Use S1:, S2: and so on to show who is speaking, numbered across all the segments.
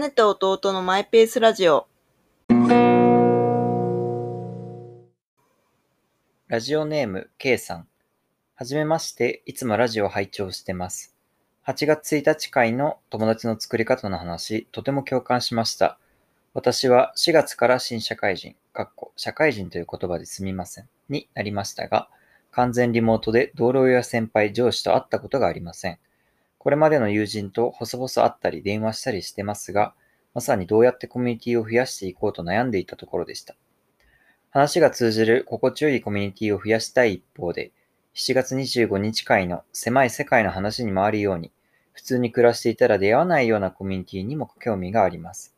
S1: 姉と弟のマイペースラジオ
S2: ラジオネーム K さん。はじめまして、いつもラジオ拝聴してます。8月1日会の友達の作り方の話、とても共感しました。私は4月から新社会人、かっこ社会人という言葉ですみません、になりましたが、完全リモートで同僚や先輩、上司と会ったことがありません。これまでの友人と細々会ったり電話したりしてますが、まさにどうやってコミュニティを増やしていこうと悩んでいたところでした。話が通じる心地よいコミュニティを増やしたい一方で、7月25日会の狭い世界の話に回るように、普通に暮らしていたら出会わないようなコミュニティにも興味があります。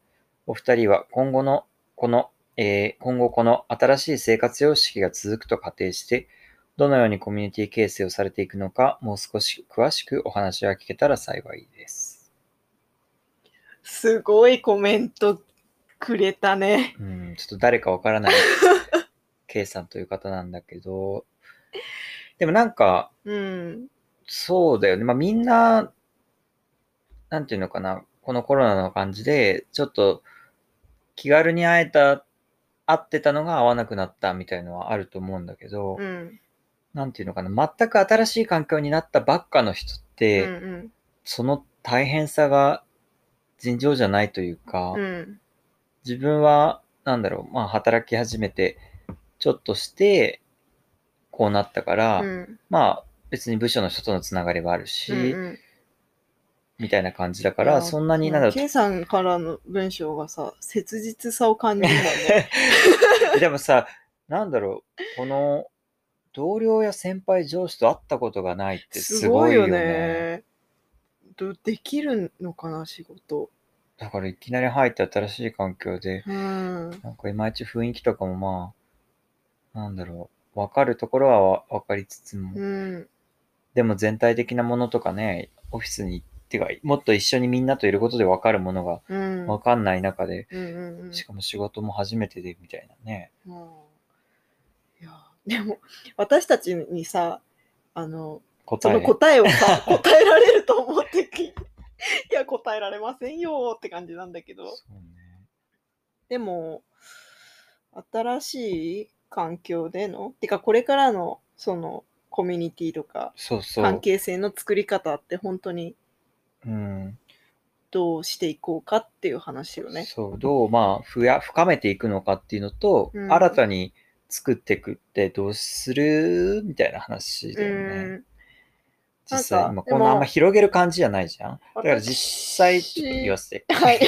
S2: お二人は今後の、この、えー今後この新しい生活様式が続くと仮定して、どのようにコミュニティ形成をされていくのか、もう少し詳しくお話が聞けたら幸いです。
S1: すごいコメントくれたね。
S2: うん、ちょっと誰かわからない K さんという方なんだけど、でもなんか、
S1: うん。
S2: そうだよね。まあみんな、なんていうのかな、このコロナの感じで、ちょっと気軽に会えた、会ってたのが会わなくなったみたいのはあると思うんだけど、
S1: うん。
S2: なんていうのかな、全く新しい環境になったばっかの人っ
S1: う
S2: て、
S1: ん。
S2: その大変さが尋常じゃないというか、
S1: うん。
S2: 自分は、なんだろう、まあ働き始めて、ちょっとして、こうなったから、
S1: うん。
S2: まあ別に部署の人とのつながりはあるし、
S1: うん。
S2: みたいな感じだか
S1: い
S2: ら、
S1: や
S2: そんなになんだろう
S1: K さんからの文章がさ、切実さを感じるんだね。
S2: えでもさ、なんだろう、この同僚や先輩上司と会ったことがないって す
S1: す
S2: ご
S1: ご
S2: い
S1: い
S2: よ
S1: よ
S2: ね。
S1: ね。どできるのかな、仕事。
S2: だからいきなり入って新しい環境で、
S1: うん。
S2: なんかいまいち雰囲気とかもまあ、なんだろう、わかるところはわわかりつつも、
S1: うん。
S2: でも全体的なものとかね、オフィスに行ってか、もっと一緒にみんなといることでわかるものが
S1: うん。
S2: わかんない中で、
S1: うんうんうん
S2: しかも仕事も初めてでみたいなね。
S1: うんいやでも私たちにさあのそ
S2: 答
S1: の
S2: え。
S1: 答えをさ答えられると思って きいや答えられませんよって感じなんだけど
S2: そうね。
S1: でも新しい環境でのてかこれからのそのコミュニティとか
S2: そうそう。
S1: 関係性の作り方って本当に
S2: うん。
S1: どうしていこうかっていう話よね。
S2: そう、どう、まあ、ふや、深めていくのかっていうのと、
S1: うん
S2: 新たに作っていくってどうするみたいな話だよね。
S1: うん
S2: 実
S1: な
S2: 際、
S1: ん
S2: 今
S1: か
S2: こんな
S1: でも
S2: あんま広げる感じじゃないじゃん。だから実際、
S1: 私
S2: ちょっと言わせて。
S1: はい、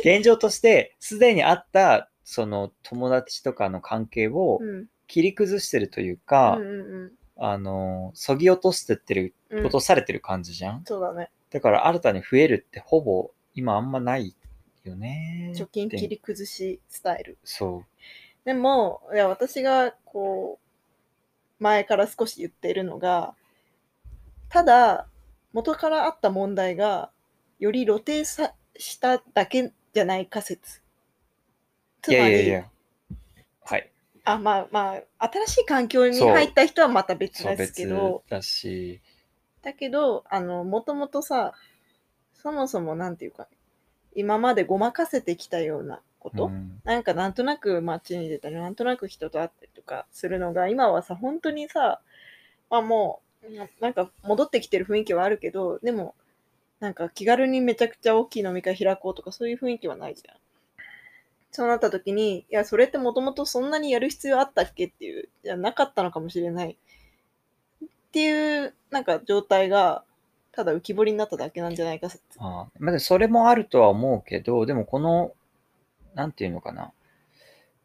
S2: 現状として、すでにあった、その友達とかの関係を
S1: うん
S2: 切り崩してるというか、
S1: うんうん
S2: あの、そぎ落としてってる、
S1: うんう
S2: 落
S1: ん
S2: とされてる感じじゃん。
S1: そうだね。
S2: だから新たに増えるってほぼ今あんまないよね。
S1: 貯金切り崩しスタイル。
S2: そう。
S1: でも、いや私がこう、前から少し言っているのが、ただ、元からあった問題が、より露呈さしただけじゃない仮説。つ
S2: い
S1: ま
S2: や
S1: り、
S2: いやいや。はい。
S1: あまあまあ、新しい環境に
S2: そう
S1: 入った人はまた別
S2: そう
S1: です
S2: 別
S1: けど、
S2: だし、
S1: だけど、あの、もともとさ、そもそもなんていうか、今までごまかせてきたようなこと、
S2: うん
S1: なんかなんとなく街に出たり、なんとなく人と会ったりとかするのが、今はさ、本当にさ、まあもう、ななんか戻ってきてる雰囲気はあるけど、でも、なんか気軽にめちゃくちゃ大きい飲み会開こうとかそういう雰囲気はないじゃん。そうなった時に、いや、それってもともとそんなにやる必要あったっけっていう、じゃなかったのかもしれない。っていう、なんか状態が、ただ浮き彫りになっただけなんじゃないか説。
S2: あまあ、でもそれもあるとは思うけど、でもこの、なんていうのかな。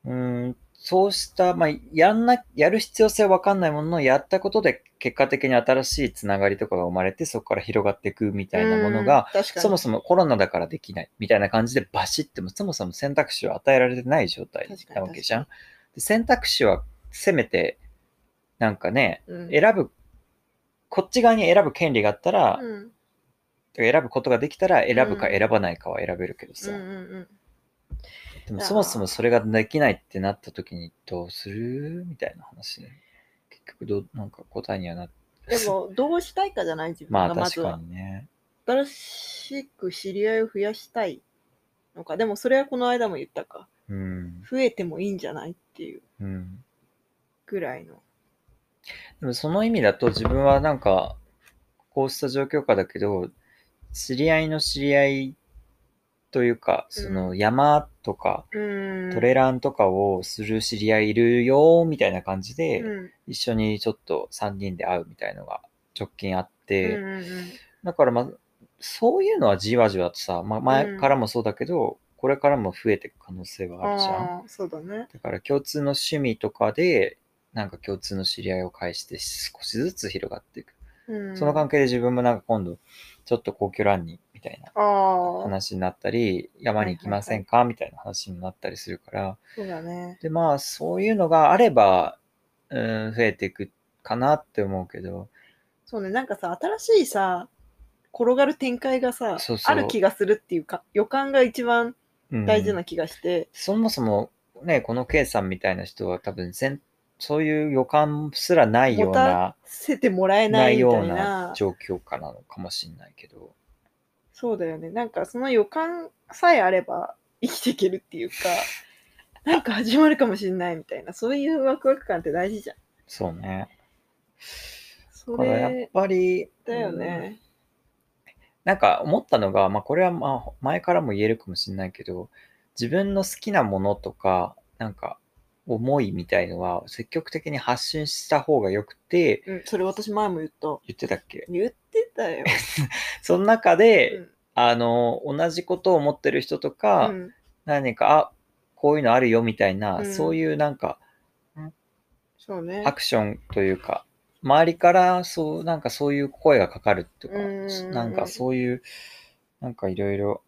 S2: うーん、そうした、まあ、やんな、やる必要性はわかんないものの、やったことで結果的に新しいつながりとかが生まれて、そこから広がっていくみたいなものが、
S1: うん、確かに
S2: そもそもコロナだからできないみたいな感じでバシッてもそもそも選択肢を与えられてない状態
S1: 確かに
S2: なわけじゃん。で選択肢はせめてなんかね、
S1: うん
S2: 選ぶ、こっち側に選ぶ権利があったら、
S1: うん
S2: てか選ぶことができたら選ぶか
S1: うん
S2: 選ばないかは選べるけどさ、
S1: うんうんうん
S2: でもそもそもそれができないってなった時にどうするみたいな話ね。結局どう、なんか答えにはなって。
S1: でも、どうしたいかじゃない自分
S2: ま
S1: が
S2: あ
S1: まず
S2: 確
S1: は。
S2: かにね。
S1: 新しく知り合いを増やしたいのか。でもそれはこの間も言ったか。
S2: うん。
S1: 増えてもいいんじゃないっていう
S2: うん。
S1: ぐらいの。
S2: でもその意味だと自分はなんか、こうした状況下だけど、知り合いの知り合いというか、その山とか
S1: うーん。
S2: トレランとかをする知り合いいるよみたいな感じで、
S1: うん
S2: 一緒にちょっと3人で会うみたいのが直近あっ
S1: うん
S2: て、
S1: うんうん
S2: だからまあそういうのはじわじわとさ、まあ、前からもそうだけど、これからも増えていく可能性はあるじゃん。
S1: あーそうだね。
S2: だから共通の趣味とかでなんか共通の知り合いを介して少しずつ広がっていく、
S1: うん、
S2: その関係で自分もなんか今度ちょっと皇居ランにみたいな
S1: ああ、
S2: 話になったり山に行きませんか、みたいな話になったりするから
S1: そうだね。
S2: でまあそういうのがあれば、うん、増えていくかなって思うけど
S1: そうね、なんかさ、新しいさ、転がる展開がさ、
S2: そうそう
S1: ある気がするっていうか、予感が一番
S2: うん
S1: 大事な気がして、
S2: そもそもねこの K さんみたいな人は多分全そういう予感すらないような
S1: せてもらえな
S2: ないい
S1: みたい
S2: よう
S1: な。
S2: な状況下なのかもしれないけど。
S1: そうだよね。なんかその予感さえあれば生きていけるっていう か、なんか始まるかもしれないみたいな、そういうワクワク感って大事じゃん。
S2: そうね。
S1: そ
S2: だからやっ
S1: れ
S2: ぱり、
S1: だよ
S2: うん
S1: ね。
S2: なんか思ったのが、まあこれはまあ前からも言えるかもしれないけど、自分の好きなものとか、なんか思いみたいのは積極的に発信した方がよくて、
S1: うん、それ私前も言った。
S2: 言ってたっけ
S1: 言ってた よ。
S2: その中で、
S1: うん
S2: あの、同じことを思ってる人とか、
S1: うん
S2: 何か、あ、こういうのあるよみたいな、
S1: うん
S2: そういうなんか
S1: そうね。
S2: アクションというか、周りからそう、なんかそういう声がかかるとか
S1: うんうんうん、
S2: なんかそういう、なんかいろいろ、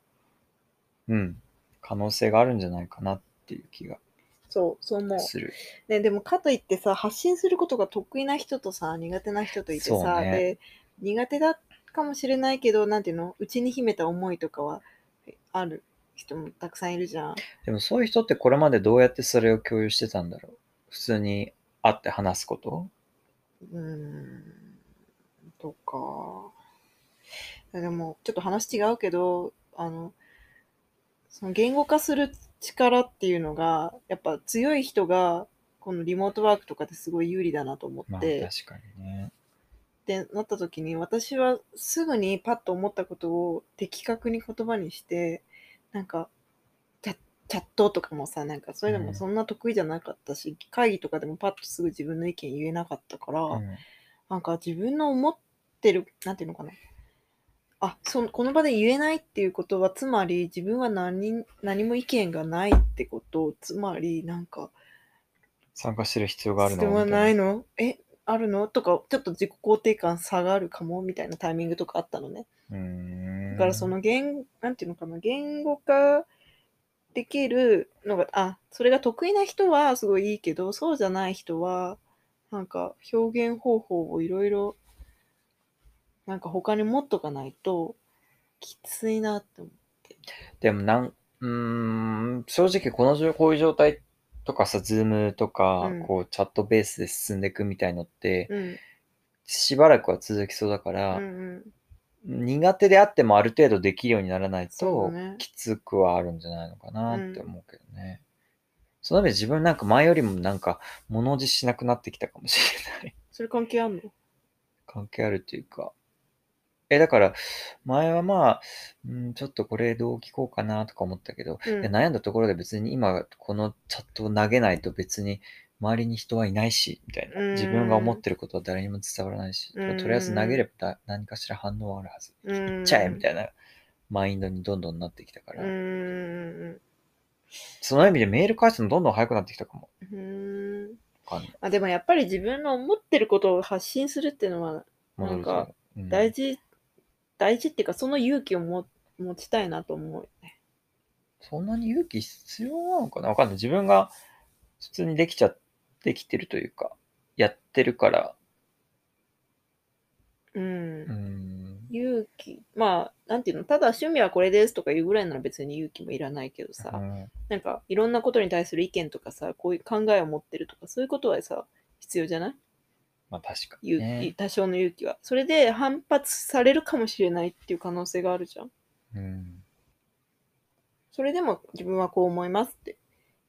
S2: うん、可能性があるんじゃないかなっていう気が
S1: そう、そう思う。
S2: する。
S1: ね、でもかといってさ発信することが得意な人とさ苦手な人といて
S2: そ
S1: さ、
S2: うね
S1: で苦手だかもしれないけどなんていうのうちに秘めた思いとかはある人もたくさんいるじゃん。
S2: でもそういう人ってこれまでどうやってそれを共有してたんだろう普通に会って話すこと
S1: うーんとかでもちょっと話違うけどあのその言語化する力っていうのがやっぱ強い人がこのリモートワークとかですごい有利だなと思
S2: ま
S1: っ
S2: あ
S1: て。
S2: 確かにね。
S1: ってなった時に私はすぐにパッと思ったことを的確に言葉にしてなんかチャチャットとかもさなんかそういうの
S2: う
S1: も
S2: ん
S1: そんな得意じゃなかったし、会議とかでもパッとすぐ自分の意見言えなかったから、
S2: うん
S1: なんか自分の思ってるなんていうのかなあそのこの場で言えないっていうことはつまり自分は何何も意見がないってことつまりなんか
S2: 参加してる必要があるの
S1: 質問
S2: み
S1: な
S2: た
S1: い
S2: いな
S1: のえあるのとかちょっと自己肯定感下がるかもみたいなタイミングとかあったのね
S2: うーん
S1: だからその言なんていうのかな言語化できるのがあそれが得意な人はすごいいいけどそうじゃない人はなんか表現方法をいろいろなんか他に持っとかないときついなって思
S2: でもなん、うーん、正直この状こういう状態とかさ、ズームとか、
S1: うん
S2: こうチャットベースで進んでいくみたいのって、
S1: う。うん
S2: しばらくは続きそうだか
S1: う
S2: ら、
S1: んうん、
S2: 苦手であってもある程度できるようにならない
S1: そう
S2: と、
S1: だね
S2: きつくはあるんじゃないのかなって思うけどね。その上で自分なんか前よりもなんか物おじしなくなってきたかもしれない。
S1: それ関係あんの
S2: 関係あるというか。え、だから、前はまあ、うん、ちょっとこれどう聞こうかなとか思ったけど、
S1: うん
S2: で悩んだところで別に今このチャットを投げないと別に周りに人はいないしみたいな
S1: うん
S2: 自分が思ってることは誰にも伝わらないし、
S1: うん
S2: とりあえず投げればだ何かしら反応はあるはず、
S1: うん
S2: いっちゃえみたいなマインドにどんどんなってきたから、
S1: うんうん
S2: その意味でメール返すのどんどん早くなってきたかも
S1: うんうん
S2: わかんない
S1: あでもやっぱり自分の思ってることを発信するっていうのは
S2: 戻ると
S1: なんか
S2: うん
S1: 大事、大事っていうかその勇気をも持ちたいなと思うよね。
S2: そんなに勇気必要なのかなわかんない自分が普通にできちゃできてるというかやってるから
S1: うん。
S2: うん
S1: 勇気まあなんていうのただ趣味はこれですとか言うぐらいなら別に勇気もいらないけどさ、
S2: うん
S1: なんかいろんなことに対する意見とかさこういう考えを持ってるとかそういうことはさ必要じゃない
S2: まあ確かに、
S1: 勇気、
S2: ね、
S1: 多少の勇気は。それで反発されるかもしれないっていう可能性があるじゃん。
S2: うん
S1: それでも自分はこう思いますって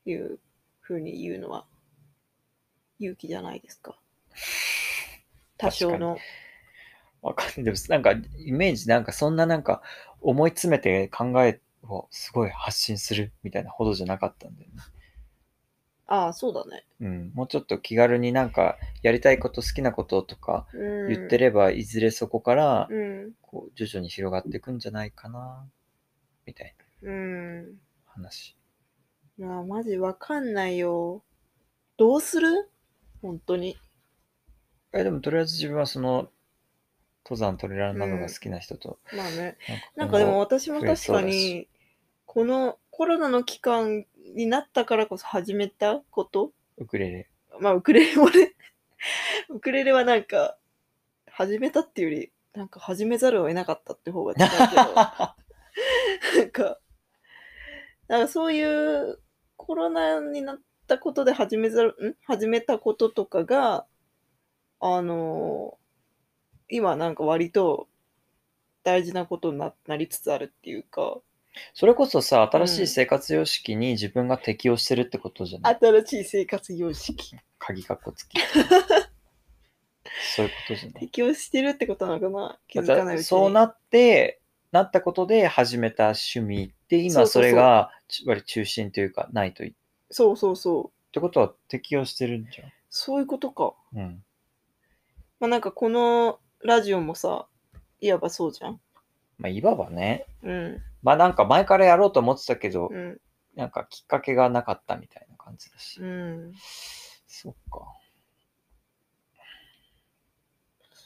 S1: いうふうに言うのは勇気じゃないですか。多少の。
S2: わかんない。でも、なんか、イメージ、なんか、そんななんか、思い詰めて考えをすごい発信するみたいなほどじゃなかったんだよね。
S1: ああ、そうだね。
S2: うん。もうちょっと気軽になんか、やりたいこと、好きなこととか
S1: うん、
S2: 言ってれば、いずれそこから、
S1: うん。
S2: こう、徐々に広がっていくんじゃないかな、みたいな
S1: うん。
S2: 話。
S1: いや、マジわかんないよ。どうする本当に。
S2: え、でも、とりあえず自分はその、登山トレランなどが好きな人と、
S1: まあね。な
S2: な
S1: んんか
S2: かこ
S1: で
S2: の
S1: も私も
S2: 増え
S1: 確
S2: そうだ
S1: か
S2: し
S1: に、このコロナの期間になったからこそ始めたこと
S2: ウクレレ。
S1: まあ、ウクレレもね、 ウクレレはなんか、始めたっていうより、なんか始めざるを得なかったって方が近いけど、なんか、なんかそういうコロナになったことで始めざる、ん始めたこととかが、あのー今なんか割と大事なことにななりつつあるっていうか、
S2: それこそさ、新し
S1: う
S2: い
S1: ん
S2: 生活様式に自分が適応してるってことじゃない、
S1: 新しい生活様式、
S2: 鍵かっこ つき。そういうことじゃない
S1: 適応してるってことなのかな気づ
S2: だ
S1: かないうちに。
S2: そうなって、なったことで始めた趣味って、今
S1: そうそ
S2: そ
S1: そう
S2: うれがち割と中心というか、ないとい。っ
S1: そうそうそう。
S2: てことは適応してるんじ
S1: そういうことか。
S2: ゃん。うん。
S1: まあなんかこのラジオもさ、いわばそうじゃん。
S2: まあ、いわばね、
S1: うん。
S2: まあなんか前からやろうと思ってたけど、
S1: うん。
S2: なんかきっかけがなかったみたいな感じだし。
S1: うん。
S2: そっか。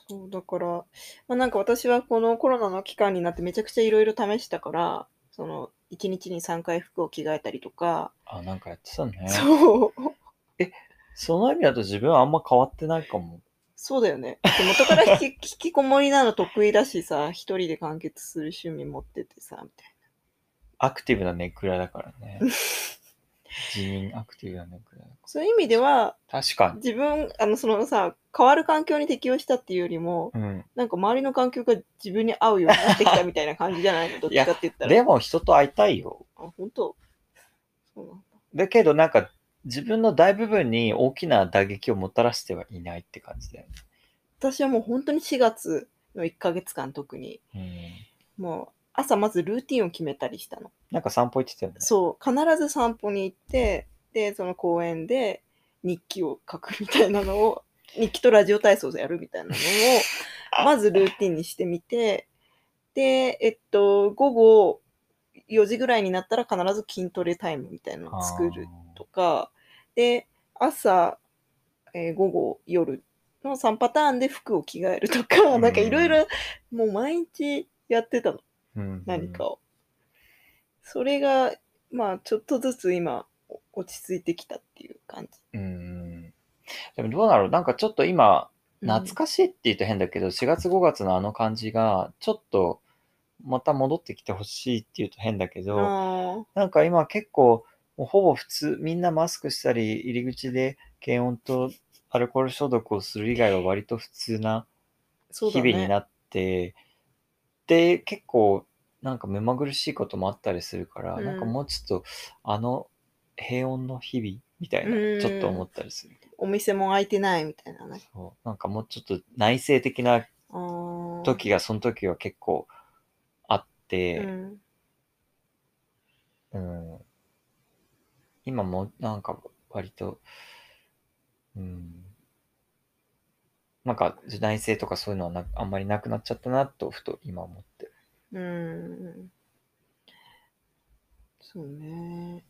S1: そう、だから、まあなんか私はこのコロナの期間になってめちゃくちゃいろいろ試したから、その、1日に3回服を着替えたりとか、
S2: あ、なんかやってたね。
S1: そう、
S2: その意味だと自分はあんま変わってないかも。
S1: そうだよね。で元から 引き引きこもりなの得意だしさ、一人で完結する趣味持っててさ、みたい
S2: アクティブなネクラだから ね。辞任アクティブなネクラだか
S1: な。そういう意味では、
S2: ら。確かに。
S1: 自分、あの、そのさ、変わる環境に適応したっていうよりも、
S2: うん。
S1: なんか周りの環境が自分に合うようになってき たみたいな感じじゃないのどっちかって言ったら。
S2: でも人と会いたいよ。
S1: あ、本当そうなんだ。
S2: だけどなんか自分の大部分に大きな打撃をもたらしてはいないって感じだよ
S1: 私はもう本当に4月の1ヶ月間特に、
S2: ね。
S1: もう朝まずルーティンを決めたりしたの。
S2: うん。なんか散歩行ってたよね。
S1: そう、必ず散歩に行って、で、その公園で日記を書くみたいなのを、 日記とラジオ体操をやるみたいなの を、まずルーティンにしてみて、で、えっと、午後4時ぐらいになったら必ず筋トレタイムみたいなのを作るとか、で、朝、えー午後、夜の3パターンで服を着替えるとか、
S2: うん
S1: なんかいろいろ、もう毎日やってたの、
S2: あー。うん
S1: 何かを。それが、まあ、ちょっとずつ今、お落ち着いてきたっていう感じ。
S2: うん。でもどうだろうなんかちょっと今、
S1: うん
S2: 懐かしいって言うと変だけど、4月5月のあの感じが、ちょっとまた戻ってきてほしいって言うと変だけど、
S1: あ
S2: なんか今結構、もうほぼ普通、みんなマスクしたり、入り口で検温とアルコール消毒をする以外は割と普通な
S1: そう
S2: 日
S1: だ
S2: 々
S1: ね
S2: になって、で、結構なんか目まぐるしいこともあったりするから、
S1: うん
S2: なんかもうちょっとあの平穏の日々みたいな、
S1: うん
S2: ちょっと思ったりする。
S1: お店も開いてないみたいなね。
S2: そうなんかもうちょっと内省的な
S1: あー
S2: 時が、その時は結構あって、
S1: うん、
S2: うん、今もなんか割と、うん、なんか時代性とかそういうのはなあんまりなくなっちゃったなとふと今思ってる。
S1: うん。そうね。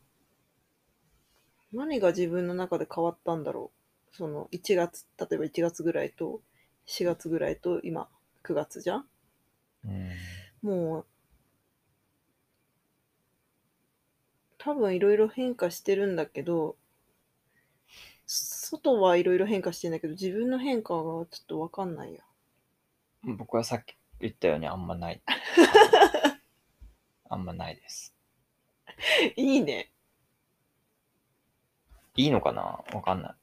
S1: 何が自分の中で変わったんだろう。その1月、例えば1月ぐらいと4月ぐらいと今9月じゃん
S2: うん、
S1: もう多分いろいろ変化してるんだけど外はいろいろ変化してんだけど自分の変化がちょっとわかんないや。
S2: 僕はさっき言ったようにあんまない。あんまないです。
S1: いいね。
S2: いいのかなわかんない。